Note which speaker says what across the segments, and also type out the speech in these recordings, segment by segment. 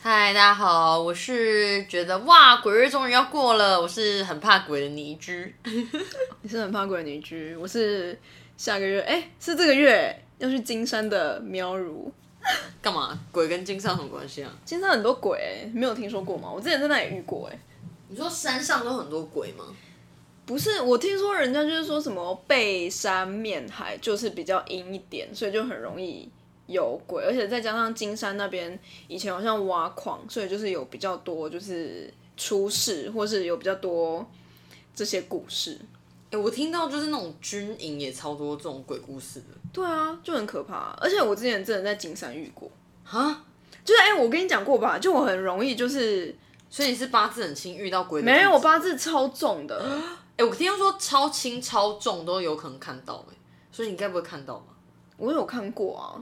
Speaker 1: 嗨，大家好，我是觉得哇，鬼月终于要过了，我是很怕鬼的倪居。
Speaker 2: 你是很怕鬼的女居，我是下个月，哎、是这个月要去金山的喵如。
Speaker 1: 干嘛？鬼跟金山什么关系啊？
Speaker 2: 金山很多鬼、欸，没有听说过吗？我之前在那里遇过、欸，哎，
Speaker 1: 你说山上都很多鬼吗？
Speaker 2: 不是，我听说人家就是说什么背山面海，就是比较阴一点，所以就很容易有鬼，而且再加上金山那边以前好像挖矿，所以就是有比较多就是出事，或是有比较多这些故事。
Speaker 1: 哎、我听到就是那种军营也超多这种鬼故事的
Speaker 2: 对啊，就很可怕。而且我之前真的在金山遇过，
Speaker 1: 啊，
Speaker 2: 就是哎、我跟你讲过吧，就我很容易就是
Speaker 1: 所以你是八字很轻，遇到鬼的
Speaker 2: 没有，我
Speaker 1: 八？
Speaker 2: 八字超重的，
Speaker 1: 哎、我听说超轻超重都有可能看到、哎，所以你该不会看到吧
Speaker 2: 我有看过啊，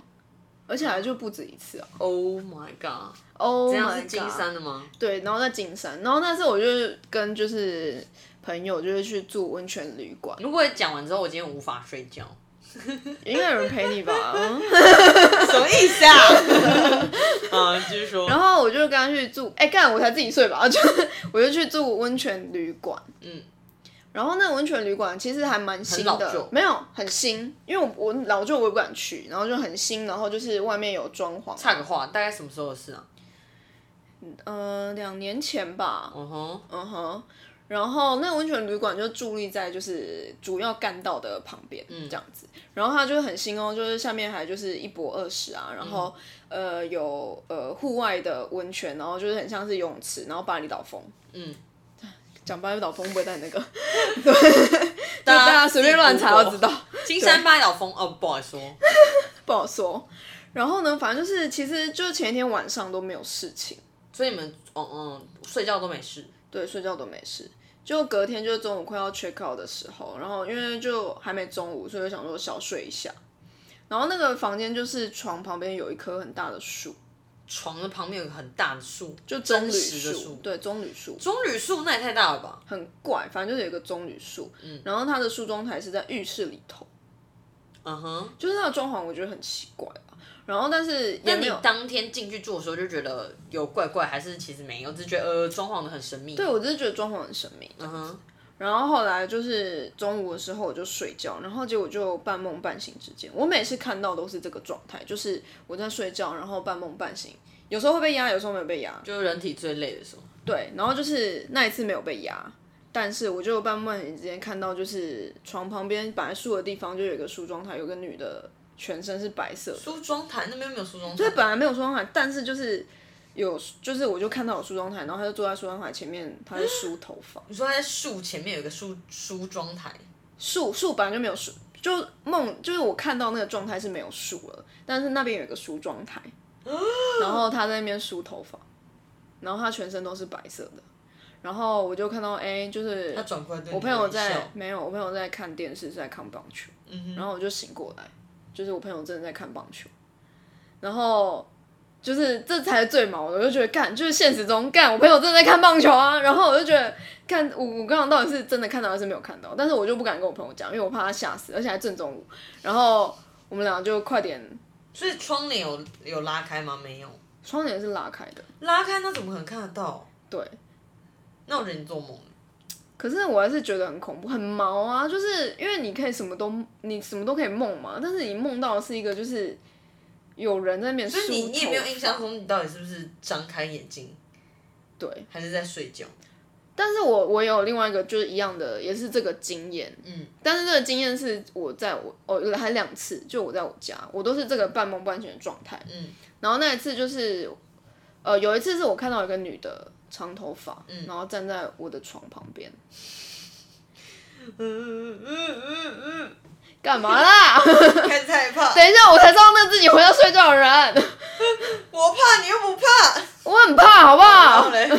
Speaker 2: 而且还就不止一次啊。
Speaker 1: ？Oh my god！Oh
Speaker 2: 哦、
Speaker 1: 这样是金山的吗？
Speaker 2: 对，然后在金山，然后那次我就是跟就是朋友就是去住温泉旅馆，
Speaker 1: 如果讲完之后，我今天无法睡觉，
Speaker 2: 应该有人陪你吧？嗯
Speaker 1: 什么意 思啊？啊，继续说。
Speaker 2: 然后我就跟他去住，哎、干我才自己睡吧，就我就去住温泉旅馆，
Speaker 1: 嗯，
Speaker 2: 然后那个温泉旅馆其实还蛮新
Speaker 1: 很老旧
Speaker 2: 的，没有很新，因为我我老旧我也不敢去，然后就很新，然后就是外面有装潢，
Speaker 1: 差个话，大概什么时候的事啊？
Speaker 2: 呃，两年前吧，
Speaker 1: 嗯哼，
Speaker 2: 嗯哼，然后那个温泉旅馆就伫立在就是主要干道的旁边，嗯，这样子。然后它就很新哦，就是下面还就是一博二十啊，然后、
Speaker 1: 嗯
Speaker 2: 呃有呃户外的温泉，然后就是很像是游泳池，然后巴厘岛风，
Speaker 1: 嗯，
Speaker 2: 讲巴厘岛风不会带那个，就
Speaker 1: 大
Speaker 2: 大家随便乱查
Speaker 1: 自己
Speaker 2: 都知道，
Speaker 1: 金山八角风哦，不好说，
Speaker 2: 不好说。然后呢，反正就是其实就前一天晚上都没有事情，
Speaker 1: 所以你们嗯嗯睡觉都没事，
Speaker 2: 对，睡觉都没事。就隔天就是中午快要 check out 的时候，然后因为就还没中午，所以我想说小睡一下。然后那个房间就是床旁边有一棵很大的树，
Speaker 1: 床的旁边有个很大的树，
Speaker 2: 就棕
Speaker 1: 真
Speaker 2: 榈
Speaker 1: 实的
Speaker 2: 树，
Speaker 1: 树，
Speaker 2: 对，棕榈树
Speaker 1: 棕榈树那也太大了吧？
Speaker 2: 很怪，反正就是有一个棕榈树。然后它的梳妆台是在浴室里头，
Speaker 1: 嗯哼，
Speaker 2: 就是它的装潢我觉得很奇怪吧。然后但是也
Speaker 1: 那
Speaker 2: 没
Speaker 1: 你
Speaker 2: 有，
Speaker 1: 当天进去住的时候就觉得有怪怪，还是其实没有，只是觉得呃装潢的很神秘。
Speaker 2: 对我只是觉得装潢很神秘。
Speaker 1: 嗯哼，
Speaker 2: 然后后来就是中午的时候我就睡觉，然后结果就半梦半醒之间，我每次看到都是这个状态，就是我在睡觉，然后半梦半醒，有时候会被压，有时候没有被压，
Speaker 1: 就是人体最累的时候，
Speaker 2: 对，然后就是那一次没有被压，但是我就半梦半醒之间看到，就是床旁边本来树的地方就有一个梳妆台，有个女的全身是白色的，
Speaker 1: 梳妆台那边没有梳妆
Speaker 2: 所以
Speaker 1: 台，
Speaker 2: 本来没有梳妆台，但是就是有，就是我就看到有梳妆台，然后她就坐在梳妆台前面，她在梳头发。
Speaker 1: 你说在树前面有个梳梳妆台，
Speaker 2: 树树本来就没有树，就梦就是我看到那个状态是没有树了，但是那边有一个梳妆台，然后他在那边梳头发，然后他全身都是白色的，然后我就看到哎、就是
Speaker 1: 他转过来对你
Speaker 2: 我朋友
Speaker 1: 微笑
Speaker 2: 在没有我朋友在看电视是在看棒球，然后我就醒过来，就是我朋友真的在看棒球，然后。就是这才是最毛的，我就觉得干，就是现实中干，我朋友真的在看棒球啊，然后我就觉得看我我刚刚到底是真的看到还是没有看到，但是我就不敢跟我朋友讲，因为我怕他吓死，而且还正中午。然后我们俩就快点，
Speaker 1: 所以窗帘有有拉开吗？没有，
Speaker 2: 窗帘是拉开的，
Speaker 1: 拉开那怎么可能看得到？
Speaker 2: 对。
Speaker 1: 那我觉得你做梦了。
Speaker 2: 可是我还是觉得很恐怖，很毛啊，就是因为你可以什么都你什么都可以梦嘛，但是你梦到的是一个就是有人在那边梳
Speaker 1: 所以你你也没有
Speaker 2: 头
Speaker 1: 印象
Speaker 2: 发，
Speaker 1: 中你到底是不是张开眼睛，
Speaker 2: 对。
Speaker 1: 还是在睡觉？
Speaker 2: 但是我我有另外一个就是一样的，也是这个经验，
Speaker 1: 嗯，
Speaker 2: 但是这个经验是我在我哦还两次，就我在我家，我都是这个半梦半醒的状态。
Speaker 1: 嗯，
Speaker 2: 然后那一次就是，呃，有一次是我看到一个女的长头发，然后站在我的床旁边，
Speaker 1: 嗯嗯嗯
Speaker 2: 干嘛啦？
Speaker 1: 嗯， 开始害怕。
Speaker 2: 等一下，我才知道那自己回到睡觉的人，
Speaker 1: 我怕你又不怕。
Speaker 2: 我很怕，好不
Speaker 1: 然后
Speaker 2: 好？
Speaker 1: 嘞，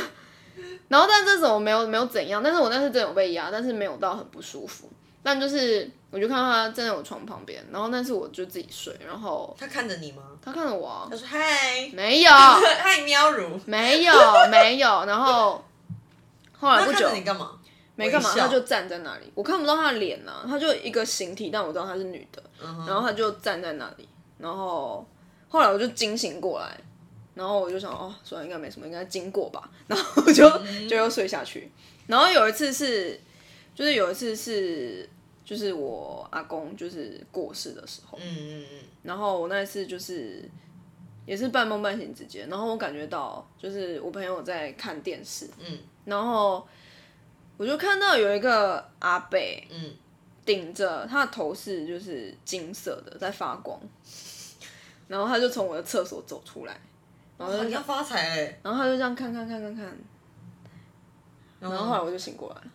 Speaker 2: 然后但这次我没有没有怎样，但是我那次真的有被压，但是没有到很不舒服。但就是我就看到她站在我床旁边，然后但是我就自己睡，然后
Speaker 1: 他看着你吗？
Speaker 2: 她看着我啊、
Speaker 1: 他说嗨，
Speaker 2: 没 有
Speaker 1: 嗨喵如。
Speaker 2: 没有没有，然后后来
Speaker 1: 那
Speaker 2: 不
Speaker 1: 看
Speaker 2: 久
Speaker 1: 着你干嘛？
Speaker 2: 没干嘛，
Speaker 1: 微笑
Speaker 2: 她就站在那里，我看不到她的脸呐、啊，她就一个形体，但我知道她是女的，
Speaker 1: 嗯哼
Speaker 2: 然后她就站在那里，然后后来我就惊醒过来，然后我就想，哦，算了，应该没什么，应该经过吧。然后我就
Speaker 1: 嗯
Speaker 2: 就又睡下去。然后有一次是，就是有一次是，就是我阿公就是过世的时候，
Speaker 1: 嗯嗯嗯，
Speaker 2: 然后我那一次就是也是半梦半醒之间，然后我感觉到就是我朋友在看电视，
Speaker 1: 嗯，
Speaker 2: 然后我就看到有一个阿北，
Speaker 1: 嗯，
Speaker 2: 顶着他的头是就是金色的，在发光，然后他就从我的厕所走出来，然后
Speaker 1: 哇
Speaker 2: 就
Speaker 1: 你要发财哎、
Speaker 2: 然后他就这样看看看看看，
Speaker 1: 然
Speaker 2: 然后后来我就醒过来了，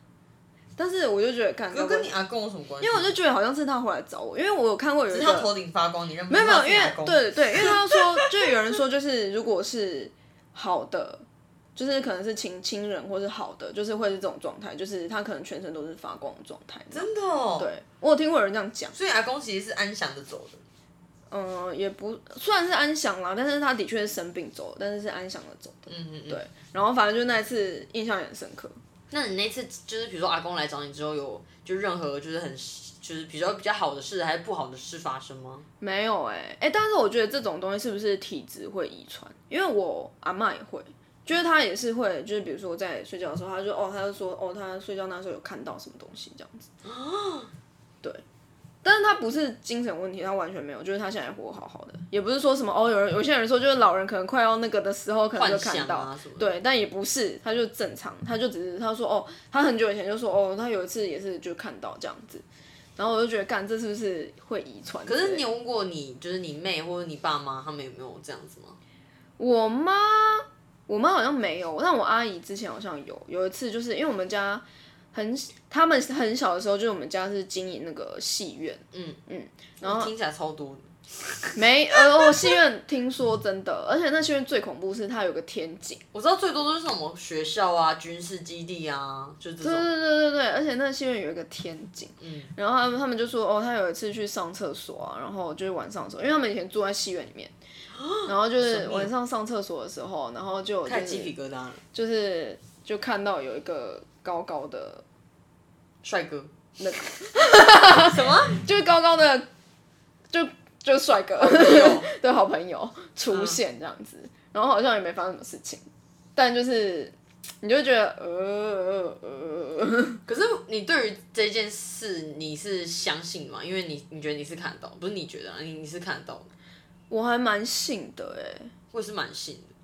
Speaker 2: 但是我就觉得看，
Speaker 1: 可
Speaker 2: 因
Speaker 1: 跟你阿公有什么关系？
Speaker 2: 为我就觉得好像是他回来找我，因为我有看过有一
Speaker 1: 只
Speaker 2: 个
Speaker 1: 是他头顶发光，你认不
Speaker 2: 没有没有，
Speaker 1: 他
Speaker 2: 因
Speaker 1: 是
Speaker 2: 为
Speaker 1: 阿公
Speaker 2: 对对，因为他说，就有人说，就是如果是好的，就是可能是亲亲人或是好的，就是会是这种状态，就是他可能全身都是发光的状态。
Speaker 1: 真的哦，
Speaker 2: 对，我有听过有人这样讲，
Speaker 1: 所以阿公其实是安详的走的。
Speaker 2: 嗯、也不算是安详啦，但是他的确是生病走，但是是安详的走的。
Speaker 1: 嗯嗯嗯，
Speaker 2: 对，然后反正就那一次印象也很深刻。
Speaker 1: 那你那次就是比如说阿公来找你之后有，就任何就是很就是比较比较好的事还是不好的事发生吗？
Speaker 2: 没有哎、欸、哎、但是我觉得这种东西是不是体质会遗传？因为我阿嬷也会，就是她也是会，就是比如说我在睡觉的时候，她就哦，她就说哦，她睡觉那时候有看到什么东西这样子。对，但是她不是精神问题，她完全没有，就是她现在活好好的，也不是说什么哦，有人有些人说就是老人可能快要那个的时候可能就
Speaker 1: 幻
Speaker 2: 看
Speaker 1: 想
Speaker 2: 到，
Speaker 1: 啊什么的？
Speaker 2: 对，但也不是，他就正常，他就只是他说哦，他很久以前就说哦，他有一次也是就看到这样子，然后我就觉得干这是不是会遗传之
Speaker 1: 可
Speaker 2: 类的？
Speaker 1: 是你有问过你就是你妹或者你爸妈他们有没有这样子吗？
Speaker 2: 我妈，我妈好像没有，但我阿姨之前好像有。有一次就是因为我们家很，他们很小的时候，就是我们家是经营那个戏院，
Speaker 1: 嗯
Speaker 2: 嗯，然后
Speaker 1: 听起来超多的，
Speaker 2: 没呃，我戏院听说真的，而且那戏院最恐怖是它有个天井，
Speaker 1: 我知道最多都是什么学校啊、军事基地啊，就这
Speaker 2: 对
Speaker 1: 种。
Speaker 2: 对对对对，而且那戏院有一个天井，
Speaker 1: 嗯，
Speaker 2: 然后他们他们就说，哦，他有一次去上厕所啊，然后就是晚上的时候，因为他们以前住在戏院里 面，然后就
Speaker 1: 神
Speaker 2: 是
Speaker 1: 秘
Speaker 2: 晚上上厕所的时候，然后就
Speaker 1: 开
Speaker 2: 就
Speaker 1: 始鸡
Speaker 2: 是
Speaker 1: 皮疙瘩了。
Speaker 2: 就是就看到有一个高高的
Speaker 1: 帅 哥，
Speaker 2: 那个
Speaker 1: 什么？
Speaker 2: 就是高高的，就就是帅哥，
Speaker 1: 有
Speaker 2: 对好朋友
Speaker 1: 嗯
Speaker 2: 出现这样子，然后好像也没发生什么事情，但就是你就觉得呃呃呃，
Speaker 1: 可是你对于这件事你是相信的吗？因为你你觉得你是看得到，不是你觉得、啊，你你是看得到的，
Speaker 2: 我还蛮信的哎、
Speaker 1: 我也是蛮信的，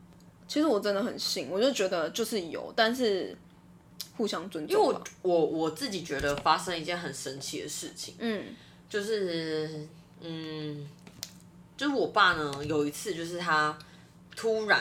Speaker 2: 其实我真的很信，我就觉得就是有，但是互相尊
Speaker 1: 因为
Speaker 2: 重啊吧
Speaker 1: 我。我我自己觉得发生一件很神奇的事情，
Speaker 2: 嗯
Speaker 1: 就是嗯，就是我爸呢有一次就是他突然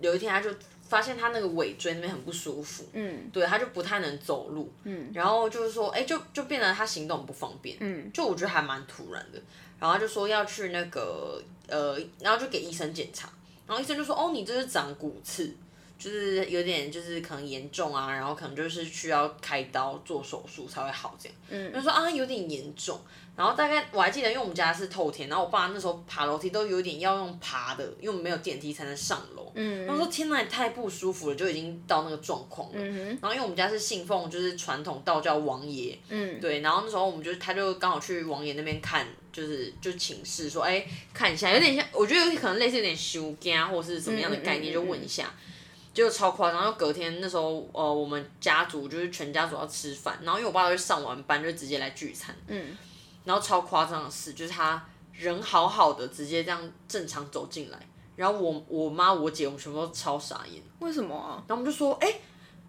Speaker 1: 有一天他就发现他那个尾椎那边很不舒服，
Speaker 2: 嗯
Speaker 1: 对，他就不太能走路，嗯，然后就是说，哎、就就变得他行动不方便，
Speaker 2: 嗯，
Speaker 1: 就我觉得还蛮突然的，然后他就说要去那个呃，然后就给医生检查，然后医生就说，哦，你这是长骨刺，就是有点就是可能严重啊，然后可能就是需要开刀做手术才会好这样，嗯，就说啊有点严重，然后大概我还记得，因为我们家是透天，然后我爸那时候爬楼梯都有点要用爬的，因为我们没有电梯才能上楼，嗯，他说天哪，也太不舒服了，就已经到那个状况了，
Speaker 2: 嗯
Speaker 1: 然后因为我们家是信奉就是传统道教王爷，
Speaker 2: 嗯
Speaker 1: 对，然后那时候我们就他就刚好去王爷那边看，就是就请示说，哎，看一下，有点像，我觉得有可能类似有点修家或是什么样的概念，
Speaker 2: 嗯嗯嗯
Speaker 1: 就问一下。结果超夸张，然后隔天那时候，呃，我们家族就是全家族要吃饭，然后因为我爸都是上完班就直接来聚餐，
Speaker 2: 嗯
Speaker 1: 然后超夸张的事就是他人好好的直接这样正常走进来，然后我我妈我姐我们全部都超傻眼，
Speaker 2: 为什么啊？
Speaker 1: 然后我们就说，哎、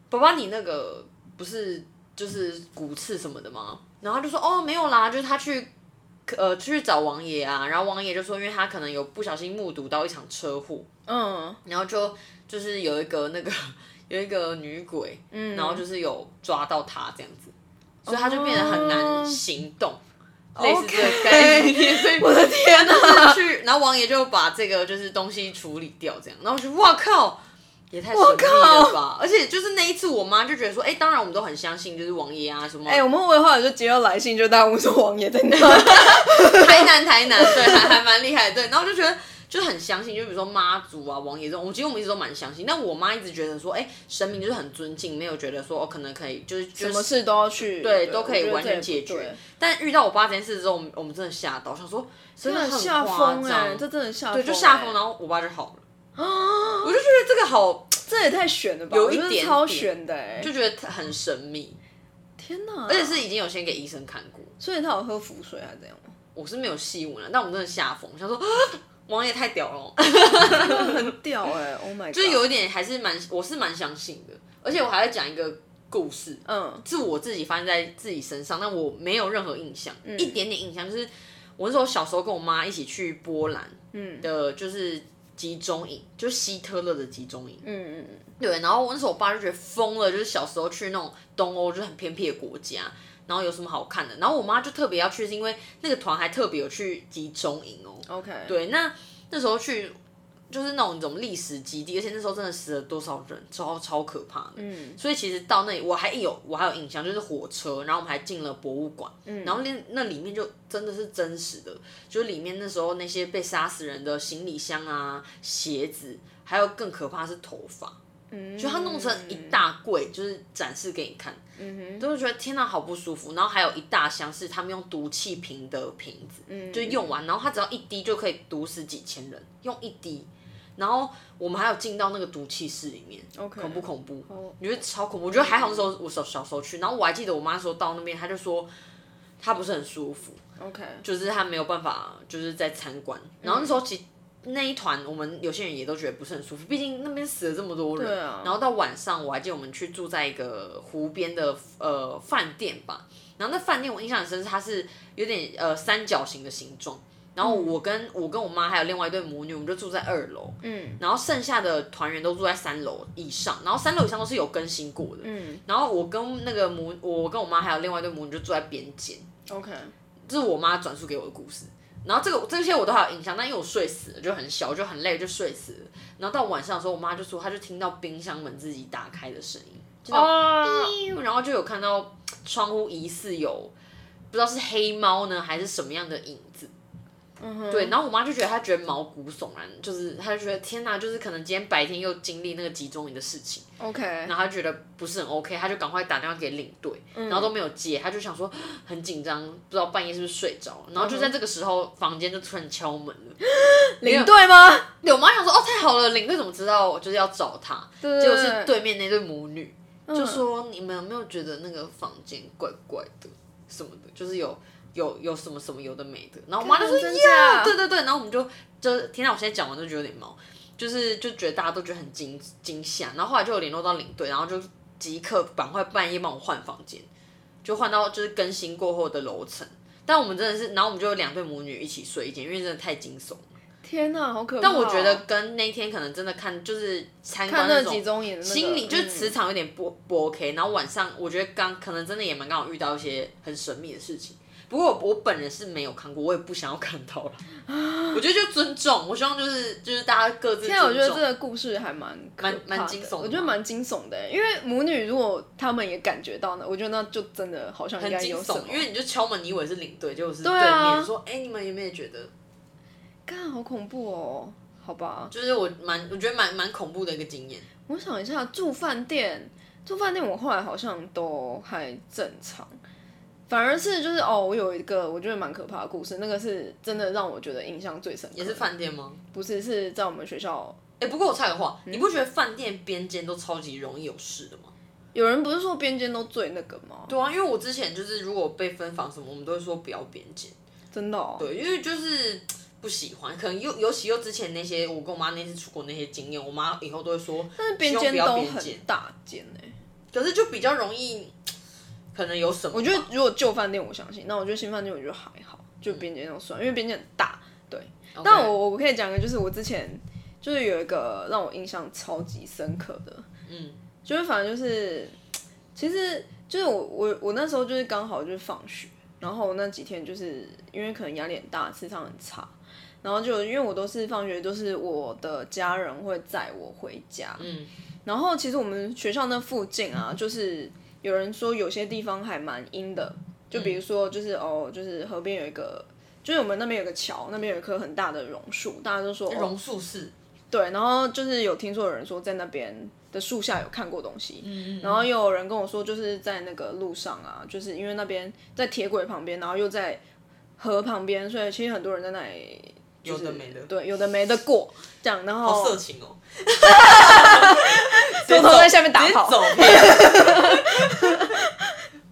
Speaker 1: 爸爸，你那个不是就是骨刺什么的吗？然后他就说，哦，没有啦，就是他去，呃，去找王爷啊。然后王爷就说，因为他可能有不小心目睹到一场车祸，
Speaker 2: 嗯
Speaker 1: 然后就就是有一个那 个有一个女鬼，
Speaker 2: 嗯，
Speaker 1: 然后就是 有抓到他这样子，所以他就变得很
Speaker 2: 哦
Speaker 1: 难行动。类似这个概念，所以
Speaker 2: 我的天啊哪、
Speaker 1: 就是去，然后王爷就把这个就是东西处理掉，这样。然后我就哇靠，也太神秘了吧！而且就是那一次，我妈就觉得说，哎、当然我们都很相信，就是王爷啊什么，
Speaker 2: 哎、我们会不会后来就接到来信，就大家问说王爷在 哪？
Speaker 1: 台南台南，对，还还蛮厉害的，对。然后就觉得。就是很相信，就比如说妈祖啊、王爷这种，我其实我们一直都蛮相信。但我妈一直觉得说，哎、神明就是很尊敬，没有觉得说哦，可能可以，就是就
Speaker 2: 什
Speaker 1: 是
Speaker 2: 么事都要去，
Speaker 1: 对都可以
Speaker 2: 我觉得
Speaker 1: 完全
Speaker 2: 这
Speaker 1: 解
Speaker 2: 也不
Speaker 1: 决
Speaker 2: 对。
Speaker 1: 但遇到我爸这件事之后，我们我们真的吓到，想说真
Speaker 2: 真
Speaker 1: 的
Speaker 2: 的
Speaker 1: 很
Speaker 2: 吓
Speaker 1: 夸
Speaker 2: 疯哎，
Speaker 1: 张，
Speaker 2: 这真的吓疯、欸啊
Speaker 1: 对，就吓疯。然后我爸就好了，我就觉得这个好，
Speaker 2: 这也太悬了吧！
Speaker 1: 有一
Speaker 2: 我觉得
Speaker 1: 点
Speaker 2: 超
Speaker 1: 点
Speaker 2: 悬的哎、
Speaker 1: 就觉得它很神秘，
Speaker 2: 天哪！
Speaker 1: 而且是已经有先给医生看过，
Speaker 2: 所以他有喝符水还是 怎样吗？
Speaker 1: 我是没有细闻了，但我真的吓疯，我想说啊王爷太屌了，哦
Speaker 2: 很屌哎、o h my god！
Speaker 1: 就是有一点还是蛮，我是蛮相信的，而且我还要讲一个故事，
Speaker 2: 嗯
Speaker 1: 是我自己发生在自己身上，但我没有任何印象，
Speaker 2: 嗯
Speaker 1: 一点点印象就是我那时候小时候跟我妈一起去波兰
Speaker 2: 嗯
Speaker 1: 的，就是集中营，就是希特勒的集中营。
Speaker 2: 嗯嗯
Speaker 1: 对，然后我那时候我爸就觉得疯了，就是小时候去那种东欧就是很偏僻的国家，然后有什么好看的？然后我妈就特别要去，是因为那个团还特别有去集中营哦。
Speaker 2: ，OK，
Speaker 1: 对，那那时候去就是那种什么历史基地，而且那时候真的死了多少人，超超可怕的。
Speaker 2: 嗯
Speaker 1: 所以其实到那里我还有我还有印象，就是火车，然后我们还进了博物馆，
Speaker 2: 嗯
Speaker 1: 然后那那里面就真的是真实的，就是里面那时候那些被杀死人的行李箱啊、鞋子，还有更可怕的是头发，
Speaker 2: 嗯，
Speaker 1: 就它弄成一大柜，就是展示给你看，
Speaker 2: 嗯
Speaker 1: 都会觉得天哪，好不舒服。然后还有一大箱是他们用毒气瓶的瓶子，
Speaker 2: 哼，
Speaker 1: 就用完，然后它只要一滴就可以毒死几千人，用一滴。然后我们还有进到那个毒气室里面
Speaker 2: OK
Speaker 1: 恐不恐怖？
Speaker 2: 好
Speaker 1: 我觉得超恐怖。我觉得还好那时候我小小时候去，然后我还记得我妈说到那边，她就说她不是很舒服，
Speaker 2: OK，
Speaker 1: 就是她没有办法就是在参观。
Speaker 2: 嗯
Speaker 1: 然后那时候其实那一团我们有些人也都觉得不是很舒服，毕竟那边死了这么多人。
Speaker 2: 对啊
Speaker 1: 然后到晚上我还记得我们去住在一个湖边的呃饭店吧，然后那饭店我印象很深，是它是有点呃三角形的形状。然后我跟、我跟我妈还有另外一对母女，我们就住在二楼。
Speaker 2: 嗯
Speaker 1: 然后剩下的团员都住在三楼以上，然后三楼以上都是有更新过的。
Speaker 2: 嗯
Speaker 1: 然后我跟那个母，我跟我妈还有另外一对母女就住在边间，
Speaker 2: ，OK，
Speaker 1: 啊这是我妈转述给我的故事。然后这个这些我都还有印象，但因为我睡死了，就很小，就很累，就睡死了。然后到晚上的时候，我妈就说她就听到冰箱门自己打开的声音，就那种
Speaker 2: 哦，
Speaker 1: 叮然后就有看到窗户疑似有不知道是黑猫呢还是什么样的影子。
Speaker 2: 嗯哼，
Speaker 1: 对，然后我妈就觉得她觉得毛骨悚然，就是她就觉得天哪，就是可能今天白天又经历那个集中营的事情，
Speaker 2: ，OK，
Speaker 1: 然后她觉得不是很 OK，她就赶快打电话给领队，然后都没有接，她就想说很紧张，不知道半夜是不是睡着了，然后就在这个时候，房间就突然敲门了。
Speaker 2: 领队吗？
Speaker 1: 对，我妈想说哦太好了，领队怎么知道就是要找她？
Speaker 2: 对
Speaker 1: 结果是对面那对母女，
Speaker 2: 嗯
Speaker 1: 就说你们有没有觉得那个房间怪怪的什么的，就是有有有什么什么有的没的，然后我妈就说
Speaker 2: 真
Speaker 1: 呀，
Speaker 2: 假
Speaker 1: 对对对，然后我们就就天哪，我现在讲完都觉得有点毛，就是就觉得大家都觉得很惊惊吓，然后后来就有联络到领队，然后就即刻赶快半夜帮我换房间，就换到就是更新过后的楼层。但我们真的是，然后我们就有两对母女一起睡一间，因为真的太惊悚了。
Speaker 2: 天哪，好可怕哦！
Speaker 1: 但我觉得跟那天可能真的看就是参观
Speaker 2: 看那
Speaker 1: 种
Speaker 2: 集中营的那个，
Speaker 1: 心理就是
Speaker 2: 嗯
Speaker 1: 磁场有点不不 OK，然后晚上我觉得刚可能真的也蛮刚好遇到一些很神秘的事情。不过我我本人是没有看过，我也不想要看到了。
Speaker 2: 啊
Speaker 1: 我觉得就尊重，我希望就是就是大家各自
Speaker 2: 天啊，我觉
Speaker 1: 尊
Speaker 2: 得这
Speaker 1: 重。
Speaker 2: 个故事还蛮可怕的
Speaker 1: 蛮蛮惊悚的吗
Speaker 2: 我觉得蛮惊悚的欸，因为母女如果她们也感觉到呢，我觉得那就真的好像应
Speaker 1: 很
Speaker 2: 该
Speaker 1: 惊
Speaker 2: 有什么
Speaker 1: 悚，，因为你就敲门，你以为是领队，结果是对面
Speaker 2: 对啊
Speaker 1: 说，哎、你们有没有觉得？
Speaker 2: 干好恐怖哦，好吧，
Speaker 1: 就是我蛮，我觉得蛮蛮恐怖的一个经验。
Speaker 2: 我想一下，住饭店，住饭店我后来好像都还正常，反而是就是哦，我有一个我觉得蛮可怕的故事，那个是真的让我觉得印象最深刻，
Speaker 1: 也是饭店吗？
Speaker 2: 不是是在我们学校
Speaker 1: 哎、不过我插个
Speaker 2: 嗯
Speaker 1: 话，你不觉得饭店边间都超级容易有事的吗？
Speaker 2: 有人不是说边间都最那个吗？
Speaker 1: 对啊，因为我之前就是如果被分房什么，我们都会说不要边间。
Speaker 2: 真的、哦，
Speaker 1: 对，因啊为就是不喜欢，可能又尤其又之前那些我跟我妈那次出国那些经验，我妈以后都会说，
Speaker 2: 但是边
Speaker 1: 希望
Speaker 2: 间
Speaker 1: 不要
Speaker 2: 都
Speaker 1: 边
Speaker 2: 很
Speaker 1: 间
Speaker 2: 大间哎、
Speaker 1: 可是就比较容易，可能有什么吧。
Speaker 2: 我觉得如果旧饭店我相信，那我觉得新饭店我觉得还好，就边间那种算，因为边间很大。对
Speaker 1: OK
Speaker 2: 但我我可以讲一个，就是我之前就是有一个让我印象超级深刻的，
Speaker 1: 嗯，
Speaker 2: 就是反正就是，其实就是我我我那时候就是刚好就是放学，然后那几天就是因为可能压力很大，智商很差，然后就因为我都是放学都是我的家人会载我回家，
Speaker 1: 嗯
Speaker 2: 然后其实我们学校那附近啊，就是有人说有些地方还蛮阴的，就比如说就是、哦，就是河边有一个，就是我们那边有个桥，那边有一棵很大的榕树，大家都说、哦、
Speaker 1: 榕树是，
Speaker 2: 对，然后就是有听说有人说在那边的树下有看过东西，
Speaker 1: 嗯
Speaker 2: 然后又有人跟我说就是在那个路上啊，就是因为那边在铁轨旁边，然后又在河旁边，所以其实很多人在那里。就是
Speaker 1: 有的没的
Speaker 2: 对，有的没的过这样，然
Speaker 1: 好
Speaker 2: 后
Speaker 1: 色情 哦，
Speaker 2: 偷偷在下面打
Speaker 1: 直接
Speaker 2: 炮，
Speaker 1: 走偏，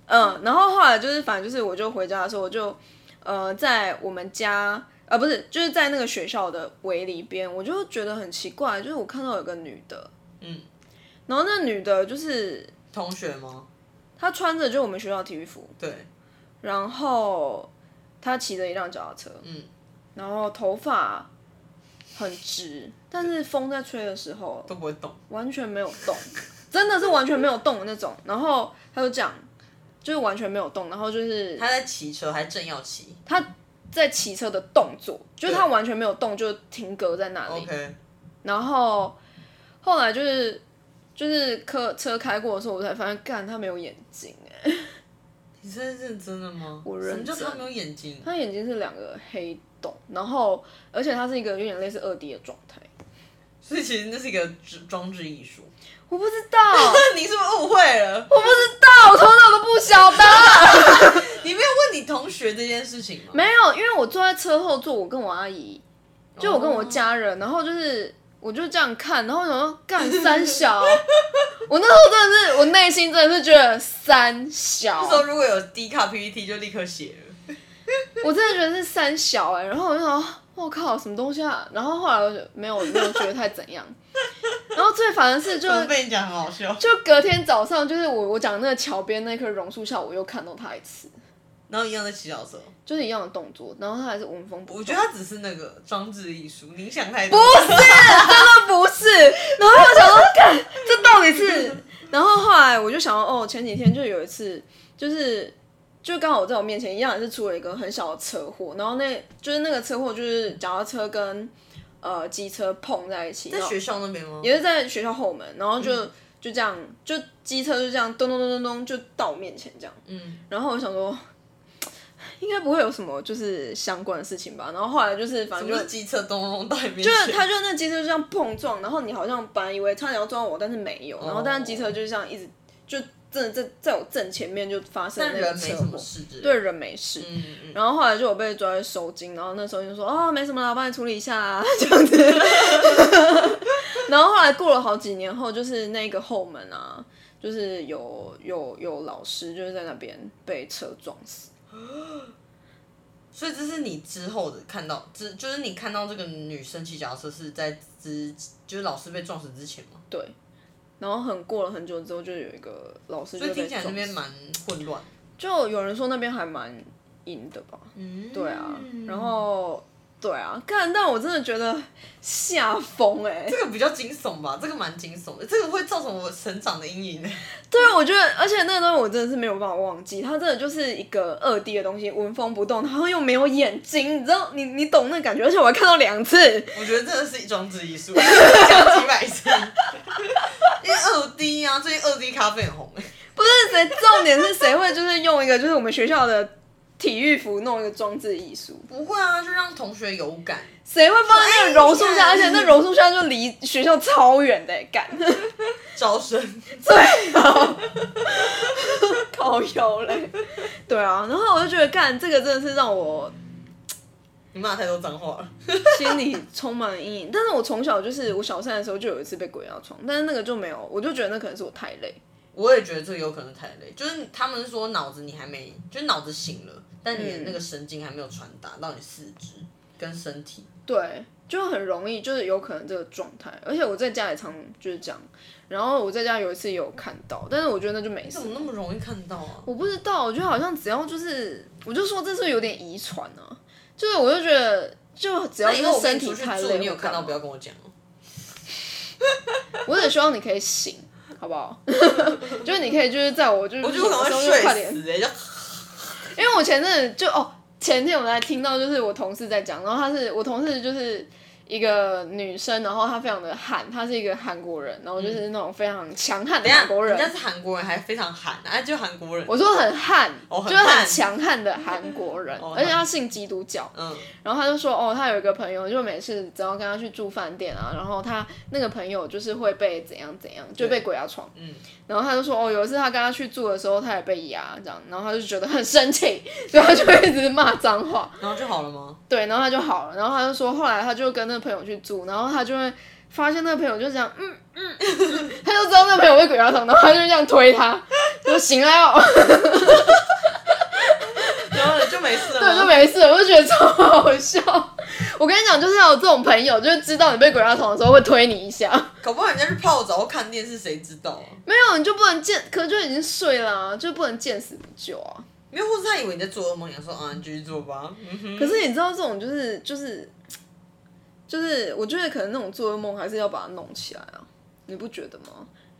Speaker 2: 嗯，然后后来就是，反正就是，我就回家的时候，我就呃，在我们家呃，不是，就是在那个学校的围里边，我就觉得很奇怪，就是我看到有个女的，
Speaker 1: 嗯，
Speaker 2: 然后那女的就是
Speaker 1: 同学吗？
Speaker 2: 她穿着就我们学校的体育服，
Speaker 1: 对，
Speaker 2: 然后她骑着一辆脚踏车，
Speaker 1: 嗯，
Speaker 2: 然后头发很直，但是风在吹的时候
Speaker 1: 都不会懂，
Speaker 2: 完全没有动，真的是完全没有动的那种。然后她就讲，就是完全没有动，然后就是
Speaker 1: 他在骑车，还正要骑
Speaker 2: 在骑车的动作，就是
Speaker 1: 对
Speaker 2: 他完全没有动，就停格在那里。
Speaker 1: ，OK，
Speaker 2: 然后后来就是就是车车开过的时候，我才发现，干他没有眼睛哎、
Speaker 1: 你这是认真的吗？
Speaker 2: 我
Speaker 1: 什么
Speaker 2: 认
Speaker 1: 叫
Speaker 2: 真
Speaker 1: 他没有眼睛？
Speaker 2: 他眼睛是两个黑洞，然后而且它是一个有点类似二 D 的状态。
Speaker 1: 所以其实那是一个装装置艺术。
Speaker 2: 我不知道，我
Speaker 1: 你是不是误会了？
Speaker 2: 不知道，我从小都不晓得。
Speaker 1: 你没有问你同学这件事情吗？
Speaker 2: 没有，因为我坐在车后座，我跟我阿姨，就我跟我家人，然后就是我就这样看，然后我想说干三小，我那时候真的是，我内心真的是觉得三小
Speaker 1: 那，时候如果有低卡 PPT 就立刻写了。
Speaker 2: 我真的觉得是三小哎、然后我就想说，我靠，什么东西啊？然后后来我就没有没有觉得太怎样，然后最烦的是就
Speaker 1: 我被你讲很好 笑。
Speaker 2: 就隔天早上，就是我我讲那个桥边那棵榕树下，我又看到他一次，
Speaker 1: 然后一样在骑脚车，
Speaker 2: 就是一样的动作，然后他还是纹风不动。
Speaker 1: 我觉得他只是那个装置艺术，你想太
Speaker 2: 不
Speaker 1: 多。
Speaker 2: 是，真的不是。然后我想说，看这到 底是……然后后来我就想说，哦，前几天就有一次，就是就刚好我在我面前一样也是出了一个很小的车祸，然后那就是那个车祸就是脚踏车跟呃机车碰在一起，
Speaker 1: 在
Speaker 2: 然后
Speaker 1: 学校那嗯边吗？
Speaker 2: 也是在学校后门，然后就、就这样，就机车就这样咚咚咚咚咚就到我面前这样。
Speaker 1: 嗯，
Speaker 2: 然后我想说，应该不会有什么就是相关的事情吧。然后后来就是反
Speaker 1: 什
Speaker 2: 正
Speaker 1: 么
Speaker 2: 就是
Speaker 1: 机车咚隆到你面
Speaker 2: 就是
Speaker 1: 前？
Speaker 2: 他就那机车就这样碰撞，然后你好像本来以为差点要撞我，但是没有，然后但是
Speaker 1: 哦
Speaker 2: 机车就这样一直就真的在在我正前面就发生
Speaker 1: 但
Speaker 2: 了那
Speaker 1: 人
Speaker 2: 个
Speaker 1: 没
Speaker 2: 车
Speaker 1: 什么
Speaker 2: 祸，
Speaker 1: 事之类的。
Speaker 2: 对人没事。
Speaker 1: 嗯嗯，
Speaker 2: 然后后来就有被抓去收金，然后那时候就说哦没什么啦，我帮你处理一下啊这样子。 然后后来过了好几年后，就是那个后门啊，就是有有有老师就是在那边被车撞死，
Speaker 1: 所以这是你之后的看到，之就是你看到这个女生骑脚踏车是在之，就是老师被撞死之前嘛，
Speaker 2: 对。然后很过了很久之后，就有一个老师就
Speaker 1: 所以
Speaker 2: 被
Speaker 1: 听起来
Speaker 2: 撞
Speaker 1: 那
Speaker 2: 死
Speaker 1: 边。蛮混乱。
Speaker 2: 就有人说那边还蛮阴的吧？
Speaker 1: 嗯，
Speaker 2: 对啊，然后对啊，干，但我真的觉得吓疯哎！
Speaker 1: 这个比较惊悚吧，这个蛮惊悚的，这个会造成我成长的阴影。
Speaker 2: 对，啊我觉得，而且那个东西我真的是没有办法忘记，它真的就是一个二 D 的东西，纹风不动，然后又没有眼睛，你知道，你你懂那感觉，而且我还看到两次，
Speaker 1: 我觉得真的是一装置艺术， 讲几百次。因为二 D 啊，最近二 D 咖啡很红哎，
Speaker 2: 不是谁，重点是谁会就是用一个就是我们学校的体育服弄一个装置艺术，
Speaker 1: 不会啊，就让同学有感。
Speaker 2: 谁会放在那个榕树下，
Speaker 1: 哎呀
Speaker 2: 而且那榕树下就离学校超远的、欸，干。
Speaker 1: 招生，
Speaker 2: 靠腰嘞，对啊，然后我就觉得干这个真的是让我
Speaker 1: 你骂太多脏话了。
Speaker 2: 心里充满了阴影。但是我从小就是我小三的时候就有一次被鬼压床，但是那个就没有，我就觉得那可能是我太累。
Speaker 1: 我也觉得这个有可能太累，就是他们说脑子你还没，就是脑子醒了，但你的
Speaker 2: 嗯
Speaker 1: 那个神经还没有传达到你四肢跟身体。
Speaker 2: 对，就很容易就是有可能这个状态，而且我在家也常就是这样。然后我在家有一次也有看到，但是我觉得那就没
Speaker 1: 你
Speaker 2: 事
Speaker 1: 怎。么那么容易看到啊？
Speaker 2: 我不知道，我觉得好像只要就是，我就说这是不是有点遗传啊，就是我就觉得就只要
Speaker 1: 那以后
Speaker 2: 是
Speaker 1: 我跟
Speaker 2: 身
Speaker 1: 你
Speaker 2: 体
Speaker 1: 出去
Speaker 2: 太
Speaker 1: 住，
Speaker 2: 累，
Speaker 1: 你有看到
Speaker 2: 我干嘛
Speaker 1: 不要跟我讲哦。
Speaker 2: 我只希望你可以醒，好不好？ 就是你可以就是在我就是
Speaker 1: 我
Speaker 2: 醒
Speaker 1: 就可能会
Speaker 2: 的时候就快
Speaker 1: 睡
Speaker 2: 点，
Speaker 1: 死哎、就
Speaker 2: 因为我前阵子就哦，前天我才听到就是我同事在讲，然后他是我同事就是。一个女生，然后她非常的悍，她是一个韩国人，然后就是那种非常强悍的
Speaker 1: 等一下
Speaker 2: 韩国人
Speaker 1: 人。家是韩国人，还非常韩啊，就韩国人。
Speaker 2: 我说很悍，
Speaker 1: 哦很
Speaker 2: 就是很
Speaker 1: 悍
Speaker 2: 强悍的韩国人，
Speaker 1: 哦
Speaker 2: 而且他信基督教。
Speaker 1: 嗯
Speaker 2: 然后他就说，哦，他有一个朋友，就每次只要跟他去住饭店啊，然后他那个朋友就是会被怎样怎样，就被鬼压床。
Speaker 1: 嗯，
Speaker 2: 然后他就说，哦，有一次他跟他去住的时候，他也被压这样，然后他就觉得很生气，所以他就一直骂脏话。
Speaker 1: 然后就好了吗？
Speaker 2: 对，然后他就好了，然后他就说，后来他就跟那个朋友去住，然后他就会发现那个朋友就这样，嗯嗯，嗯他就知道那个朋友被鬼压床，然后他就这样推他，就醒来哦，
Speaker 1: 然后就没事了
Speaker 2: 对，就
Speaker 1: 吗。
Speaker 2: 没事了，我就觉得超好笑。我跟你讲，就是要有这种朋友，就是知道你被鬼压床的时候会推你一下，
Speaker 1: 搞不好人家去泡澡或看电视，谁知道啊？
Speaker 2: 没有你就不能见，可就已经睡啦、就不能见死不救啊。
Speaker 1: 没有，或者他以为你在做噩梦，想说啊，你继续做吧。嗯哼，
Speaker 2: 可是你知道这种就是就是就是，我觉得可能那种做噩梦还是要把它弄起来啊，你不觉得吗？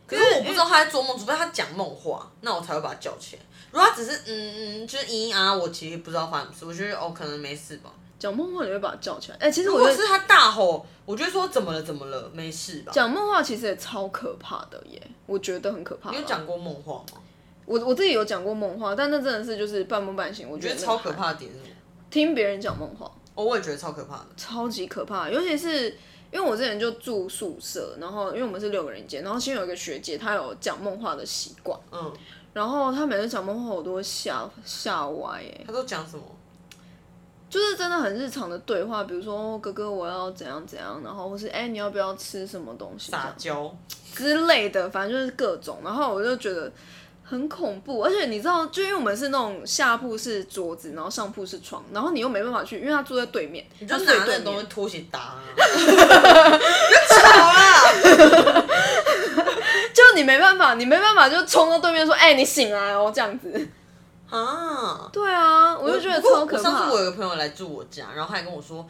Speaker 1: 可是我不知道他在做梦，除非他讲梦话，那我才会把他叫起来。如果他只是嗯嗯，就是嘤嘤啊，我其实不知道发生什么事，我觉得哦，可能没事吧。
Speaker 2: 讲梦话你会把它叫起来，哎、其实
Speaker 1: 如
Speaker 2: 我
Speaker 1: 果
Speaker 2: 觉得
Speaker 1: 是他大吼，我就会说怎么了怎么了，没事吧？
Speaker 2: 讲梦话其实也超可怕的耶，我觉得很可怕
Speaker 1: 你
Speaker 2: 啦。
Speaker 1: 有讲过梦话吗？
Speaker 2: 我我自己有讲过梦话，但那真的是就是半梦半醒，我
Speaker 1: 我
Speaker 2: 觉
Speaker 1: 觉
Speaker 2: 得
Speaker 1: 得
Speaker 2: 那
Speaker 1: 超
Speaker 2: 还
Speaker 1: 可。怕的点是什么？
Speaker 2: 听别人讲梦话，
Speaker 1: 哦，我也觉得超可怕的。
Speaker 2: 超级可怕，尤其是因为我之前就住宿舍，然后因为我们是六个人一间，然后先有一个学姐，她有讲梦话的习惯，
Speaker 1: 嗯，
Speaker 2: 然后她每次讲梦话我都会吓吓歪、欸，
Speaker 1: 他都讲什么？
Speaker 2: 就是真的很日常的对话，比如说、哦哥哥我要怎样怎样，然后或是哎、你要不要吃什么东西这
Speaker 1: 撒
Speaker 2: 样
Speaker 1: 娇。
Speaker 2: 之类的，反正就是各种，然后我就觉得。很恐怖，而且你知道，就因为我们是那种下铺是桌子，然后上铺是床，然后你又没办法去，因为他住在对面，
Speaker 1: 你
Speaker 2: 他
Speaker 1: 就
Speaker 2: 睡
Speaker 1: 拿那
Speaker 2: 对
Speaker 1: 个
Speaker 2: 面
Speaker 1: 东西拖鞋打啊！ 别吵啊啦！
Speaker 2: 就你没办法，你没办法就冲到对面说：“哎、你醒来哦！”这样子。
Speaker 1: 啊，
Speaker 2: 对啊，我就觉得
Speaker 1: 不过
Speaker 2: 超可
Speaker 1: 我上
Speaker 2: 怕
Speaker 1: 次。我有个朋友来住我家，然后他还跟我说：“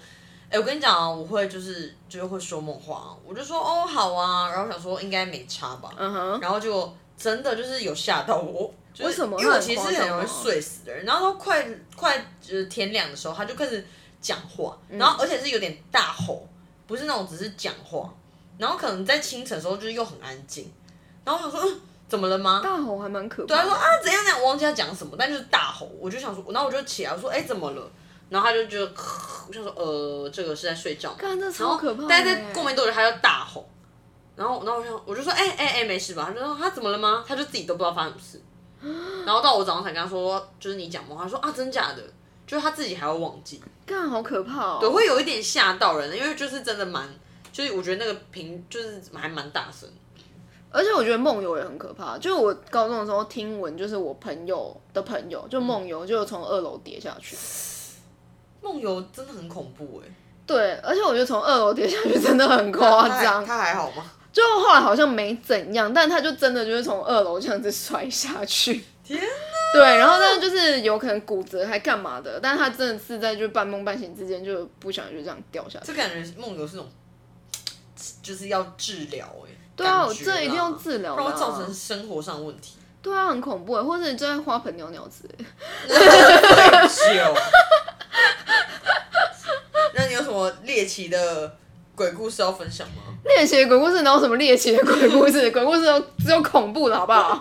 Speaker 1: 哎、我跟你讲啊，我会就是就是会说梦话啊。”我就说：“哦，好啊。”然后想说应该没差吧，
Speaker 2: 嗯哼，
Speaker 1: 然后就真的就是有吓到我。就是
Speaker 2: 为什么
Speaker 1: 因为我
Speaker 2: 那很
Speaker 1: 其实
Speaker 2: 夸
Speaker 1: 是
Speaker 2: 张哦
Speaker 1: 很容易
Speaker 2: 吗
Speaker 1: 睡死的人，然后到快快就是天亮的时候，他就开始讲话，
Speaker 2: 嗯
Speaker 1: 然后而且是有点大吼，不是那种只是讲话，然后可能在清晨的时候就是又很安静，然后我想说、嗯、怎么了吗？
Speaker 2: 大吼还蛮可
Speaker 1: 对，他
Speaker 2: 怕
Speaker 1: 说
Speaker 2: 的。
Speaker 1: 啊怎样怎样，我忘记他讲什么，但就是大吼，我就想说，然后我就起来，我说哎、怎么了？然后他就觉得， 我想说呃这个是在睡觉吗，
Speaker 2: 看这
Speaker 1: 然后
Speaker 2: 超可怕的、
Speaker 1: 但是在过没多久他就大吼，然后然后我想我就说哎哎哎没事吧，他就说他怎么了吗？他就自己都不知道发生什么事， 然后到我早上才跟他说就是你讲梦话，他说啊真假的。就是他自己还会忘记，
Speaker 2: 干好可怕哦。
Speaker 1: 对，会有一点吓到人的，因为就是真的蛮，就是我觉得那个频就是还蛮大声，
Speaker 2: 而且我觉得梦游也很可怕。就是我高中的时候听闻，就是我朋友的朋友就梦游，就从二楼跌下去。
Speaker 1: 梦游真的很恐怖哎、
Speaker 2: 对，而且我觉得从二楼跌下去真的很夸张。
Speaker 1: 他还好吗？
Speaker 2: 就后来好像没怎样，但他就真的就是从二楼这样子摔下去。
Speaker 1: 天
Speaker 2: 对，然后但是就是有可能骨折还干嘛的，但是他真的是在就半梦半醒之间就不想就这样掉下去。
Speaker 1: 这感觉梦游是那种，就是要治疗哎、
Speaker 2: 对啊，
Speaker 1: 感
Speaker 2: 我
Speaker 1: 觉
Speaker 2: 这一定要
Speaker 1: 啦
Speaker 2: 治疗
Speaker 1: 不
Speaker 2: 的、
Speaker 1: 然会造
Speaker 2: 啊
Speaker 1: 成。生活上问题。
Speaker 2: 对啊，很恐怖耶，或者你就在花盆尿尿之类的。
Speaker 1: 久。那你有什么猎奇的鬼故事要分享吗？
Speaker 2: 猎奇的鬼故事哪有什么猎奇的鬼故事？鬼故事都 只有恐怖的好不好？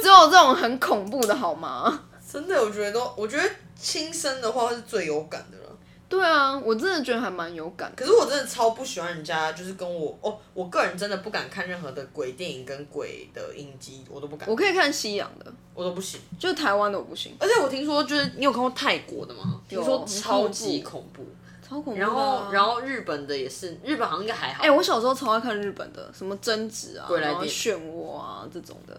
Speaker 2: 只有这种很恐怖的好吗？
Speaker 1: 真的，我觉得都，我觉得亲身的话是最有感的了。
Speaker 2: 对啊，我真的觉得还蛮有感的。
Speaker 1: 可是我真的超不喜欢人家，就是跟我哦，我个人真的不敢看任何的鬼电影跟鬼的影集，我都不敢，
Speaker 2: 我可以看西洋的，
Speaker 1: 我都不行。
Speaker 2: 就台湾的我不行，
Speaker 1: 而且我听说，就是你有看过泰国的吗？听
Speaker 2: 有
Speaker 1: 说
Speaker 2: 很
Speaker 1: 超
Speaker 2: 恐
Speaker 1: 级
Speaker 2: 怖
Speaker 1: 恐怖。
Speaker 2: 超恐怖的
Speaker 1: 然
Speaker 2: 啊、
Speaker 1: 后，然后日本的也是，日本好像应该还好。
Speaker 2: 哎、我小时候超爱看日本的，什么贞子啊，
Speaker 1: 鬼来
Speaker 2: 然后
Speaker 1: 电
Speaker 2: 漩涡啊这种的，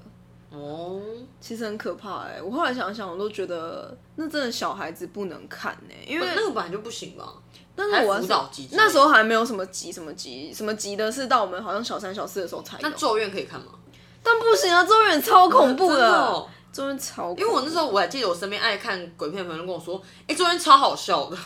Speaker 1: 哦，
Speaker 2: 其实很可怕哎、我后来想想，我都觉得那真的小孩子不能看哎、因为
Speaker 1: 那个本来就不行吧？
Speaker 2: 但是我
Speaker 1: 还
Speaker 2: 要
Speaker 1: 辅
Speaker 2: 是
Speaker 1: 导机制
Speaker 2: 那时候还没有什么急什么急什么急的，是到我们好像小三小四的时候才有
Speaker 1: 那。咒怨可以看吗？
Speaker 2: 但不行啊，周远超恐怖
Speaker 1: 真哦
Speaker 2: 周远超恐怖，
Speaker 1: 因为我那时候我还记得我身边爱看鬼片的朋友跟我说，哎、周边超好 笑的。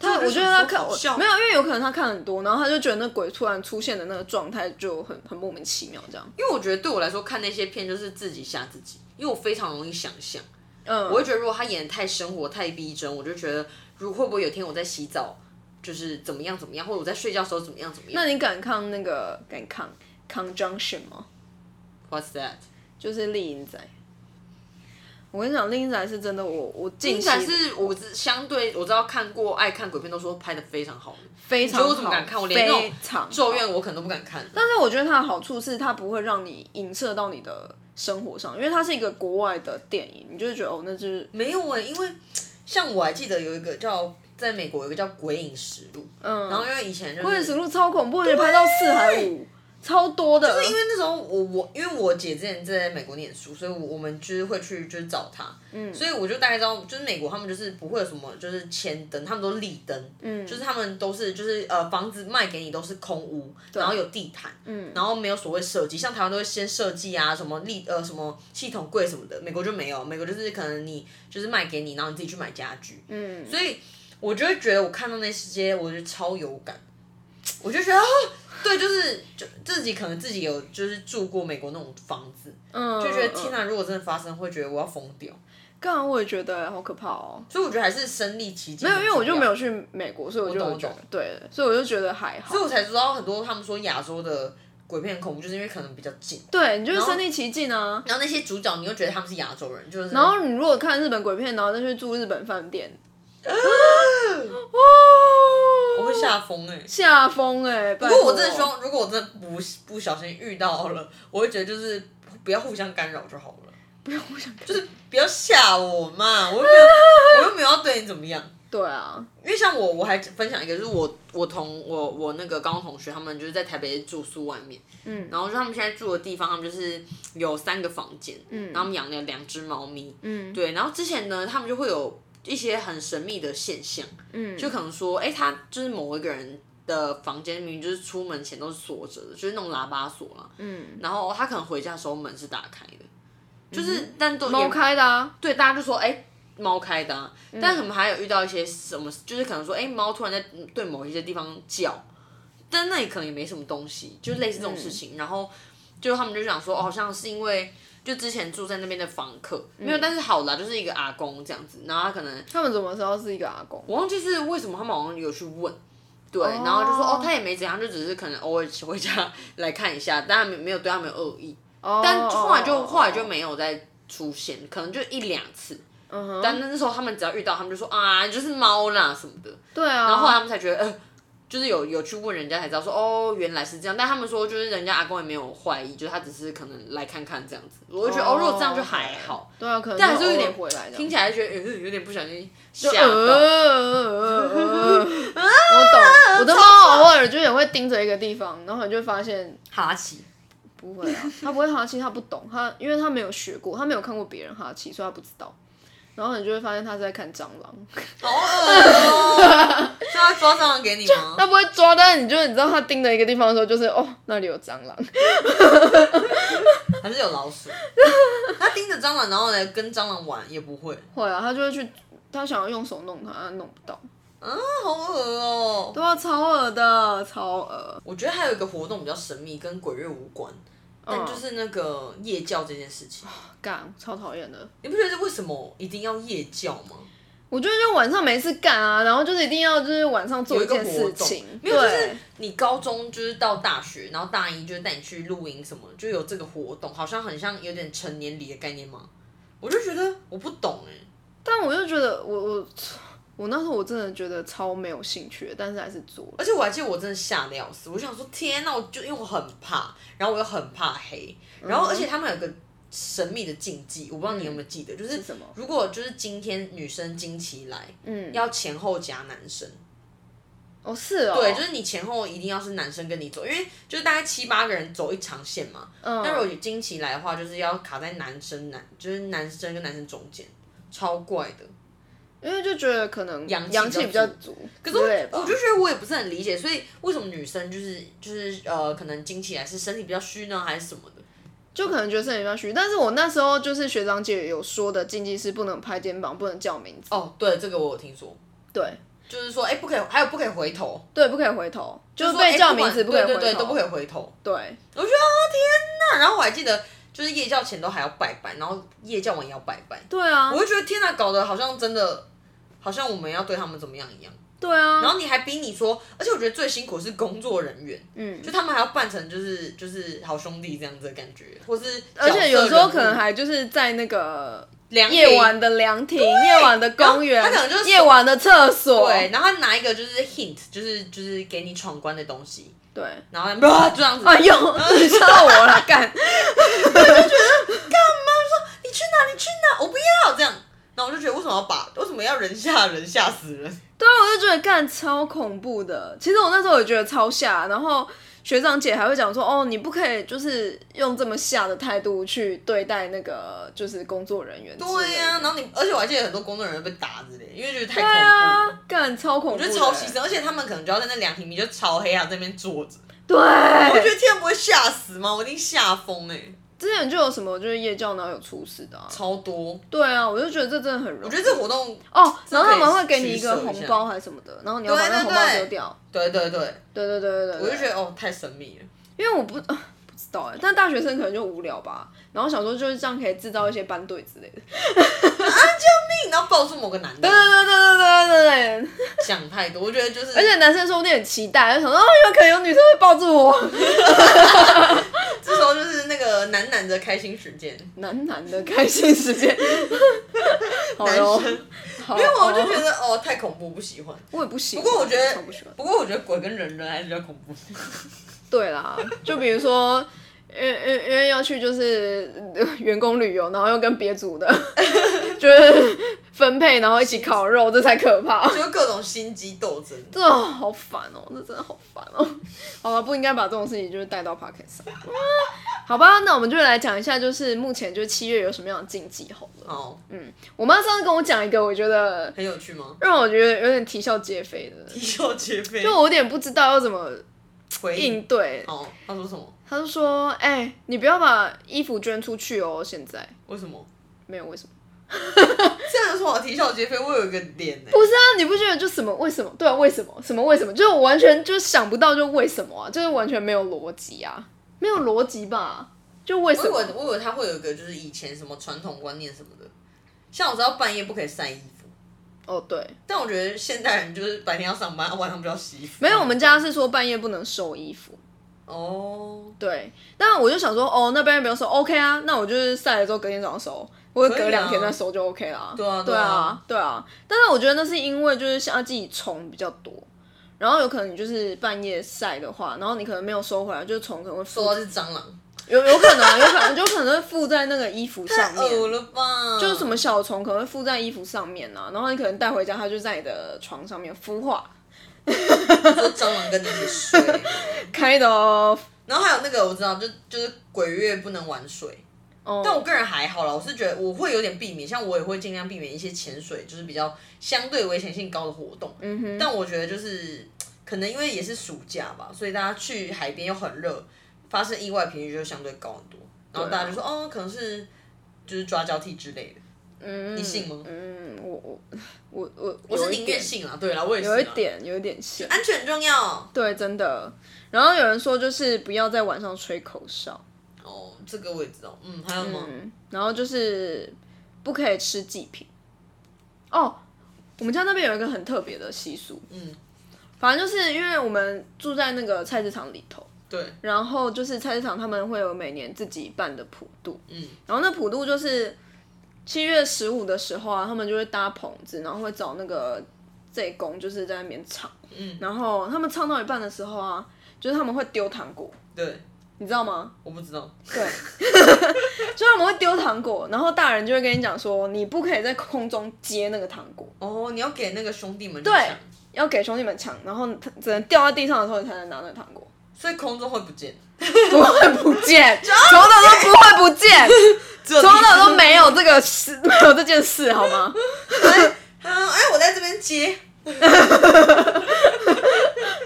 Speaker 2: 他
Speaker 1: 就
Speaker 2: 我觉
Speaker 1: 想
Speaker 2: 得他
Speaker 1: 说
Speaker 2: 看
Speaker 1: 好笑
Speaker 2: 没有，因为有可能他看很多，然后他就觉得那鬼突然出现的那个状态就很很莫名其妙这样。
Speaker 1: 因为我觉得对我来说看那些片就是自己吓自己，因为我非常容易想象，
Speaker 2: 嗯，
Speaker 1: 我会觉得如果他演的太生活太逼真，我就觉得如会不会有一天我在洗澡，就是怎么样怎么样，或者我在睡觉的时候怎么样怎么样。
Speaker 2: 那你敢抗那个敢抗 conjunction 吗？
Speaker 1: What's that？
Speaker 2: 就是丽英仔。我跟你讲，丽英仔是真的我，我近
Speaker 1: 应
Speaker 2: 期
Speaker 1: 该是我只相对我知道看过爱看鬼片都说拍的非常好，
Speaker 2: 非常
Speaker 1: 你觉得我怎么
Speaker 2: 好
Speaker 1: 敢看我连那种
Speaker 2: 非常好
Speaker 1: 咒怨我可能都不敢看。
Speaker 2: 但是我觉得它的好处是，它不会让你影射到你的生活上，因为它是一个国外的电影，你就会觉得哦，那就是
Speaker 1: 没有哎、因为像我还记得有一个叫在美国有一个叫《鬼影实录》，
Speaker 2: 嗯，
Speaker 1: 然后因为以前就是
Speaker 2: 《鬼影实录》超恐怖的，拍到四还五，超多的。
Speaker 1: 因为那时候我我因为我姐之前在美国念书，所以我我们就是会去就是找她，嗯，所以我就大概知道，就是美国他们就是不会有什么就是铅灯，他们都立灯，嗯，就是他们都是就是呃房子卖给你都是空屋，然后有地毯，嗯，然后没有所谓设计，像台湾都会先设计啊什么立呃什么系统柜什么的，美国就没有，美国就是可能你就是卖给你，然后你自己去买家具，嗯，所以我就会觉得我看到那些我就超有感，我就觉得。啊对，就是就自己可能自己有就是住过美国那种房子，
Speaker 2: 嗯，
Speaker 1: 就觉得天
Speaker 2: 哪，
Speaker 1: 哪，如果真的发生，会觉得我要疯掉。
Speaker 2: 刚刚我也觉得好可怕哦。
Speaker 1: 所以我觉得还是身历其境
Speaker 2: 没
Speaker 1: 很
Speaker 2: 有，
Speaker 1: 重
Speaker 2: 因
Speaker 1: 要。
Speaker 2: 为我就没有去美国，所以我就
Speaker 1: 我懂
Speaker 2: 觉得
Speaker 1: 我懂
Speaker 2: 对，所以我就觉得还好
Speaker 1: 所以。我才知道很多他们说亚洲的鬼片恐怖，就是因为可能比较近。
Speaker 2: 对，你就是身临其境啊。
Speaker 1: 然后那些主角，你又觉得他们是亚洲人，就是
Speaker 2: 然后你如果看日本鬼片，然后再去住日本饭店，
Speaker 1: 我
Speaker 2: 哦，
Speaker 1: 会吓疯哎。
Speaker 2: 吓疯哎！不
Speaker 1: 如果我真的希望，如果我真的不不小心遇到了，我会觉得就是不要互相干扰就好了，
Speaker 2: 不用，我想看
Speaker 1: 就是不要吓我嘛，我又没有，我又没有要对你怎么样。
Speaker 2: 对啊，
Speaker 1: 因为像我，我还分享一个，就是我我同我我那个高中同学，他们就是在台北住宿外面，
Speaker 2: 嗯，
Speaker 1: 然后就他们现在住的地方，他们就是有三个房间，
Speaker 2: 嗯
Speaker 1: 然后他们养了两只猫咪，
Speaker 2: 嗯
Speaker 1: 对，然后之前呢，他们就会有一些很神秘的现象，
Speaker 2: 嗯，
Speaker 1: 就可能说，哎、他就是某一个人的房间明明就是出门前都是锁着的，就是那种喇叭锁啦，
Speaker 2: 嗯，
Speaker 1: 然后他可能回家的时候门是打开的，就是、但都也
Speaker 2: 嗯猫开的啊，
Speaker 1: 对，大家就说哎，猫、开的、啊，
Speaker 2: 嗯
Speaker 1: 但我们还有遇到一些什么，就是可能说哎，猫、突然在对某一些地方叫，但那里可能也没什么东西，就是类似这种事
Speaker 2: 嗯
Speaker 1: 情。然后就他们就想说，哦，好像是因为就之前住在那边的房客、没有，但是好啦，就是一个阿公这样子，然后他可能
Speaker 2: 嗯他们怎么知道是一个阿公？
Speaker 1: 我忘记是为什么他们好像有去问。对，然后就说
Speaker 2: 哦
Speaker 1: 哦，他也没怎样，就只是可能偶尔回家来看一下，但他没没有对他们有恶意。
Speaker 2: 哦
Speaker 1: 但后来就后来就，没有再出现，可能就一两次。
Speaker 2: 嗯哼
Speaker 1: 但那时候他们只要遇到，他们就说啊，就是猫啦什么的。
Speaker 2: 对
Speaker 1: 然
Speaker 2: 啊，
Speaker 1: 后后来他们才觉得，呃，就是有有去问人家才知道说，哦，原来是这样。但他们说，就是人家阿公也没有怀疑，就是他只是可能来看看这样子。我就觉得，哦，如果这样就还好。
Speaker 2: 对啊，可能
Speaker 1: 但还是有
Speaker 2: 偶尔
Speaker 1: 点
Speaker 2: 回来的，
Speaker 1: 听起来觉得有有点不小心
Speaker 2: 就
Speaker 1: 吓
Speaker 2: 呃呃
Speaker 1: 到。
Speaker 2: 呃呃呃我懂，我的猫偶尔就也会盯着一个地方，然后你就发现
Speaker 1: 哈奇，
Speaker 2: 不会 啊，它不会哈气，它不懂，它因为它没有学过，它没有看过别人哈气，所以它不知道。然后你就会发现它是在看蟑 螂，
Speaker 1: 好恶哦！是要抓蟑螂给你吗？
Speaker 2: 它不会抓，但是你就你知道它盯着一个地方的时候，就是哦那里有蟑 螂，
Speaker 1: 还是有老鼠？他盯着蟑螂，然后呢跟蟑螂玩也不会。
Speaker 2: 会啊，它就会去，它想要用手弄它，它弄不到，
Speaker 1: 啊，好恶哦！
Speaker 2: 对啊，超恶的，超恶，
Speaker 1: 我觉得还有一个活动比较神秘，跟鬼月无关，
Speaker 2: 嗯
Speaker 1: 但就是那个夜教这件事情，
Speaker 2: 干超讨厌的。
Speaker 1: 你不觉得为什么一定要夜教吗？
Speaker 2: 我就是就晚上没事干啊，然后就是一定要就是晚上做
Speaker 1: 有一
Speaker 2: 一
Speaker 1: 个
Speaker 2: 件
Speaker 1: 活
Speaker 2: 事
Speaker 1: 动
Speaker 2: 情，，
Speaker 1: 没有，就是
Speaker 2: 对
Speaker 1: 你高中就是到大学，然后大一就是带你去露营什么，就有这个活动，好像很像有点成年礼的概念吗？我就觉得我不懂哎、
Speaker 2: 但我就觉得我我我那时候我真的觉得超没有兴趣的，但是还是做了。
Speaker 1: 而且我还记得我真的吓得要死，我想说天啊呐，我就因为我很怕，然后我又很怕黑，然后
Speaker 2: 嗯
Speaker 1: 而且他们有个神秘的禁忌，我不知道你有没有记得，就是
Speaker 2: 是什么
Speaker 1: 如果就是今天女生经期来，
Speaker 2: 嗯，
Speaker 1: 要前后夹男生，
Speaker 2: 哦是哦，
Speaker 1: 对，就是你前后一定要是男生跟你走，因为就是大概七八个人走一长线嘛。
Speaker 2: 嗯
Speaker 1: 但如果有经期来的话，就是要卡在男生男，就是男生跟男生中间，超怪的。
Speaker 2: 因为就觉得可能
Speaker 1: 阳气
Speaker 2: 阳气
Speaker 1: 比
Speaker 2: 比
Speaker 1: 较
Speaker 2: 较足，
Speaker 1: 可
Speaker 2: 可
Speaker 1: 是我我就觉得我也不是很理解，所以为什么女生就是就是呃，可能经期来是身体比较虚呢，还是什么的？
Speaker 2: 就可能觉得身体比较虚，但是我那时候就是学长姐有说的禁忌是不能拍肩膀，不能叫名字，
Speaker 1: 哦，对，这个我有听说，
Speaker 2: 对
Speaker 1: 就是说，哎、不可以，还有不可以回头，
Speaker 2: 对，不可以回头，就是
Speaker 1: 说
Speaker 2: 被
Speaker 1: 哎
Speaker 2: 叫
Speaker 1: 不管
Speaker 2: 名字不可以回
Speaker 1: 对
Speaker 2: 头，
Speaker 1: 对对，都不可
Speaker 2: 以，
Speaker 1: 以回头。
Speaker 2: 对，
Speaker 1: 我觉得啊，天 哪！然后我还记得，就是夜教前都还要拜拜，然后夜教完也要拜拜。
Speaker 2: 对啊
Speaker 1: 我，会觉得天哪，搞得好像真的，好像我们要对他们怎么样一样。
Speaker 2: 对啊，
Speaker 1: 然后你还逼你说，而且我觉得最辛苦的是工作人员，嗯，就他们还要扮成就是就是好兄弟这样子的感觉，或是
Speaker 2: 而且有时候可能还就是在那个夜晚的凉亭、夜晚的公园，
Speaker 1: 他可能就是
Speaker 2: 夜晚的厕所，
Speaker 1: 对，然后他拿一个就是 hint，就是就是给你闯关的东西，
Speaker 2: 对，
Speaker 1: 然后他们啊就这样子，
Speaker 2: 哎呦， 吓到我了，干，
Speaker 1: 你去哪？你去哪？我不要这样。然后我就觉得为什么要把为什么要人吓人吓死人？
Speaker 2: 对啊，我就觉得干超恐怖的。其实我那时候也觉得超吓，然后学长姐还会讲说，哦，你不可以就是用这么吓的态度去对待那个就是工作人员之类的。
Speaker 1: 对啊呀、然后你，而且我还记得很多工作人员被打之类，因为觉得太
Speaker 2: 对
Speaker 1: 恐怖了，
Speaker 2: 啊，干超恐
Speaker 1: 我
Speaker 2: 怖
Speaker 1: 觉
Speaker 2: 的，欸
Speaker 1: 得超牺牲，而且他们可能就要在那凉亭里就超黑啊，在那边坐着，我觉
Speaker 2: 对，
Speaker 1: 得天啊不会吓死吗？我一定吓疯哎，
Speaker 2: 之前就有什么就是夜教然后有出事的、啊，
Speaker 1: 超多。
Speaker 2: 对啊，我就觉得这真的很容易。
Speaker 1: 我觉得这活动，
Speaker 2: 哦，然
Speaker 1: 这
Speaker 2: 后他
Speaker 1: 可以
Speaker 2: 们会给你一
Speaker 1: 取
Speaker 2: 个
Speaker 1: 舍一
Speaker 2: 红
Speaker 1: 下
Speaker 2: 包还是什么的，然后你要把
Speaker 1: 对
Speaker 2: 那
Speaker 1: 对
Speaker 2: 红包
Speaker 1: 对
Speaker 2: 丢掉。
Speaker 1: 对对对，
Speaker 2: 对对对对对，
Speaker 1: 我就觉得哦太神秘了。
Speaker 2: 因为我不 不知道哎，但大学生可能就无聊吧，然后想说就是这样可以制造一些班队之类的。
Speaker 1: 你要抱住某个男的
Speaker 2: 对对，对对对对对对，
Speaker 1: 想太多，我觉得就是，
Speaker 2: 而且男生说不定很期待，就想说哦，有可能有女生会抱住我。
Speaker 1: 这时候就是那个男男的开心时间。
Speaker 2: 男男的开心 时间，好
Speaker 1: 男
Speaker 2: 哟，
Speaker 1: 生，
Speaker 2: 因
Speaker 1: 因为我就觉得哦太恐怖，不喜欢。
Speaker 2: 我也不喜
Speaker 1: 不
Speaker 2: 欢，
Speaker 1: 过我觉
Speaker 2: 超不喜
Speaker 1: 得
Speaker 2: 欢，。
Speaker 1: 不过我觉得鬼跟人人还是比较恐怖。
Speaker 2: 对啦，就比如说。因为因为因为要去就是呃员工旅游，然后又跟别组的， 就是分配，然后一起烤肉，这才可怕。
Speaker 1: 就各种心机斗争。
Speaker 2: 这好烦哦、这真的好烦哦、 好吧，不应该把这种事情就是带到 p o c k e t 上。 啊好吧，那我们就来讲一下，就是目前就是七月有什么样的禁忌好了。
Speaker 1: 哦，
Speaker 2: 我妈上次跟我讲一个，我觉得
Speaker 1: 很有趣吗？
Speaker 2: 让我觉得有点啼笑皆非的，
Speaker 1: 啼笑皆非。
Speaker 2: 就我有点不知道要怎么
Speaker 1: 回应
Speaker 2: 应对。
Speaker 1: 哦，他说什么？
Speaker 2: 她就说：“哎、你不要把衣服捐出去哦，现在。”
Speaker 1: 为什么？
Speaker 2: 没有为什么？
Speaker 1: 这样有什么好啼笑皆非？我有一个脸呢、
Speaker 2: 不是啊，你不觉得就什么为什么？对啊，为什么什么为什么？就是我完全就是想不到，就为什么啊？就是完全没有逻辑啊，没有逻辑吧？就为什
Speaker 1: 我以
Speaker 2: 么？
Speaker 1: 为我以为他会有一个就是以前什么传统观念什么的，像我知道半夜不可以晒衣服，
Speaker 2: 哦，对，
Speaker 1: 但我觉得现代人就是白天要上班，晚上就要洗衣服。
Speaker 2: 没有，我们家是说半夜不能收衣服。
Speaker 1: 哦，
Speaker 2: 对，但我就想说，哦，那半夜不用收，OK 啊，那我就是晒了之后隔天早上收，或者
Speaker 1: 可以啊
Speaker 2: 隔两天再收就 OK 啦。
Speaker 1: 对啊
Speaker 2: 对
Speaker 1: 对
Speaker 2: 啊
Speaker 1: 啊，
Speaker 2: 对啊。但是我觉得那是因为就是夏季虫比较多，然后有可能你就是半夜晒的话，然后你可能没有收回来，就是虫可能会附
Speaker 1: 说到是蟑螂，
Speaker 2: 有有可能 啊，有可能就可能会附在那个衣服上
Speaker 1: 恶
Speaker 2: 面，
Speaker 1: 了吧？
Speaker 2: 就是什么小虫可能会附在衣服上面啊，然后你可能带回家，它就在你的床上面孵化。
Speaker 1: 说蟑螂跟你一起睡，
Speaker 2: 开的哦，
Speaker 1: 然后还有那个我知道，就就是鬼月不能玩水。
Speaker 2: 哦
Speaker 1: 但我个人还好啦，我是觉得我会有点避免，像我也会尽量避免一些潜水，就是比较相对危险性高的活动。嗯哼。但我觉得就是可能因为也是暑假吧，所以大家去海边又很热，发生意外频率就相对高很多。
Speaker 2: 啊
Speaker 1: 然后大家就说、哦，可能是就是抓交替之类的。嗯。你信吗？
Speaker 2: 嗯，我我我我
Speaker 1: 我是
Speaker 2: 有一
Speaker 1: 宁
Speaker 2: 点
Speaker 1: 愿信啦，对啦，我也是啦
Speaker 2: 有一点有一点像，
Speaker 1: 安全很重要。
Speaker 2: 对，真的。然后有人说就是不要在晚上吹口哨，
Speaker 1: 哦，这个我也知道。嗯，还有吗？
Speaker 2: 嗯，然后就是不可以吃祭品。哦，我们家那边有一个很特别的习俗，
Speaker 1: 嗯，
Speaker 2: 反正就是因为我们住在那个菜市场里头。
Speaker 1: 对，
Speaker 2: 然后就是菜市场他们会有每年自己办的普渡，
Speaker 1: 嗯，
Speaker 2: 然后那普渡就是七月十五的时候啊，他们就会搭棚子，然后会找那个这工，就是在那边唱，
Speaker 1: 嗯，
Speaker 2: 然后他们唱到一半的时候啊，就是他们会丢糖果，
Speaker 1: 对，
Speaker 2: 你知道吗？
Speaker 1: 我不知道。
Speaker 2: 对， 就他们会丢糖果，然后大人就会跟你讲说，你不可以在空中接那个糖果，
Speaker 1: 哦，你要给那个兄弟们
Speaker 2: 对
Speaker 1: 对，
Speaker 2: 要给兄弟们抢，然后只能掉在地上的时候你才能拿那个糖果。
Speaker 1: 所以空中会不见，
Speaker 2: 不会不见，从头都不会不见，
Speaker 1: 从
Speaker 2: 从头都没有这个事，没有这件事，好吗？
Speaker 1: 好，哎，我在这边接，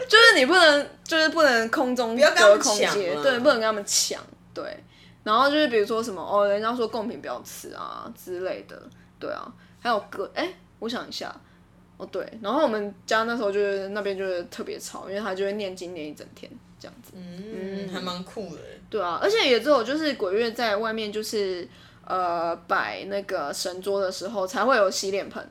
Speaker 2: 就是你不能，就是不能空中
Speaker 1: 要跟他
Speaker 2: 隔
Speaker 1: 们
Speaker 2: 空
Speaker 1: 抢
Speaker 2: 接，
Speaker 1: 嘛
Speaker 2: 对，不能跟他们抢，对。然后就是比如说什么哦，人家说贡品不要吃啊之类的，对啊。还有隔，哎、我想一下，哦对，然后我们家那时候就是那边就是特别吵，因为他就会念经念一整天这样子。
Speaker 1: 嗯，还蛮酷的。
Speaker 2: 对啊，而且也只有就是鬼月在外面就是呃摆那个神桌的时候才会有洗脸盆，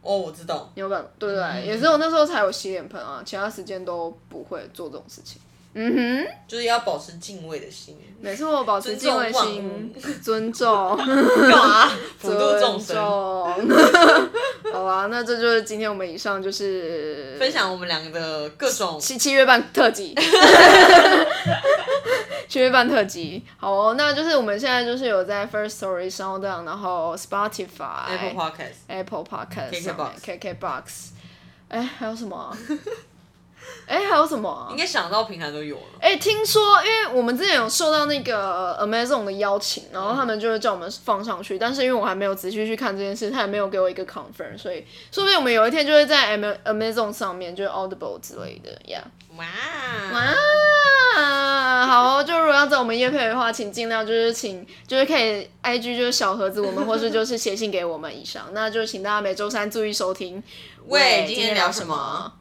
Speaker 1: 哦，我知道，
Speaker 2: 有办法，对对
Speaker 1: 嗯
Speaker 2: 对，也是我那时候才有洗脸盆啊，其他时间都不会做这种事情。嗯哼，
Speaker 1: 就是要保持敬畏的心。
Speaker 2: 每次我保持
Speaker 1: 尊重
Speaker 2: 敬畏
Speaker 1: 万
Speaker 2: 心，尊重，
Speaker 1: 干嘛？普度众生，
Speaker 2: 尊重 好啊，那这就是今天我们以上就是
Speaker 1: 分享我们两个的各种
Speaker 2: 七七月半特辑， 七月半特辑。好、哦，那就是我们现在就是有在 First Story、Sound，然后 Spotify、
Speaker 1: Apple Podcast。
Speaker 2: Apple Podcast 上面、
Speaker 1: KKBOX
Speaker 2: KKBox，哎、还有什么、啊？哎、还有什么、啊
Speaker 1: 应？该想到平台都有了。
Speaker 2: 哎、听说，因为我们之前有受到那个呃 Amazon 的邀请，然后他们就是叫我们放上去，但是因为我还没有仔细去看这件事，他也没有给我一个 confirm，所以说不定我们有一天就会在 Ama- Amazon 上面，就是 Audible 之类的，Yeah。
Speaker 1: 哇，哦
Speaker 2: 哇，好，哦就如果要找我们叶配的话，请尽量就是请就是可以 IG 就是小盒子我们，或是就是 写信给我们以上，那就请大家每周三注意收听。
Speaker 1: 喂今天聊什么？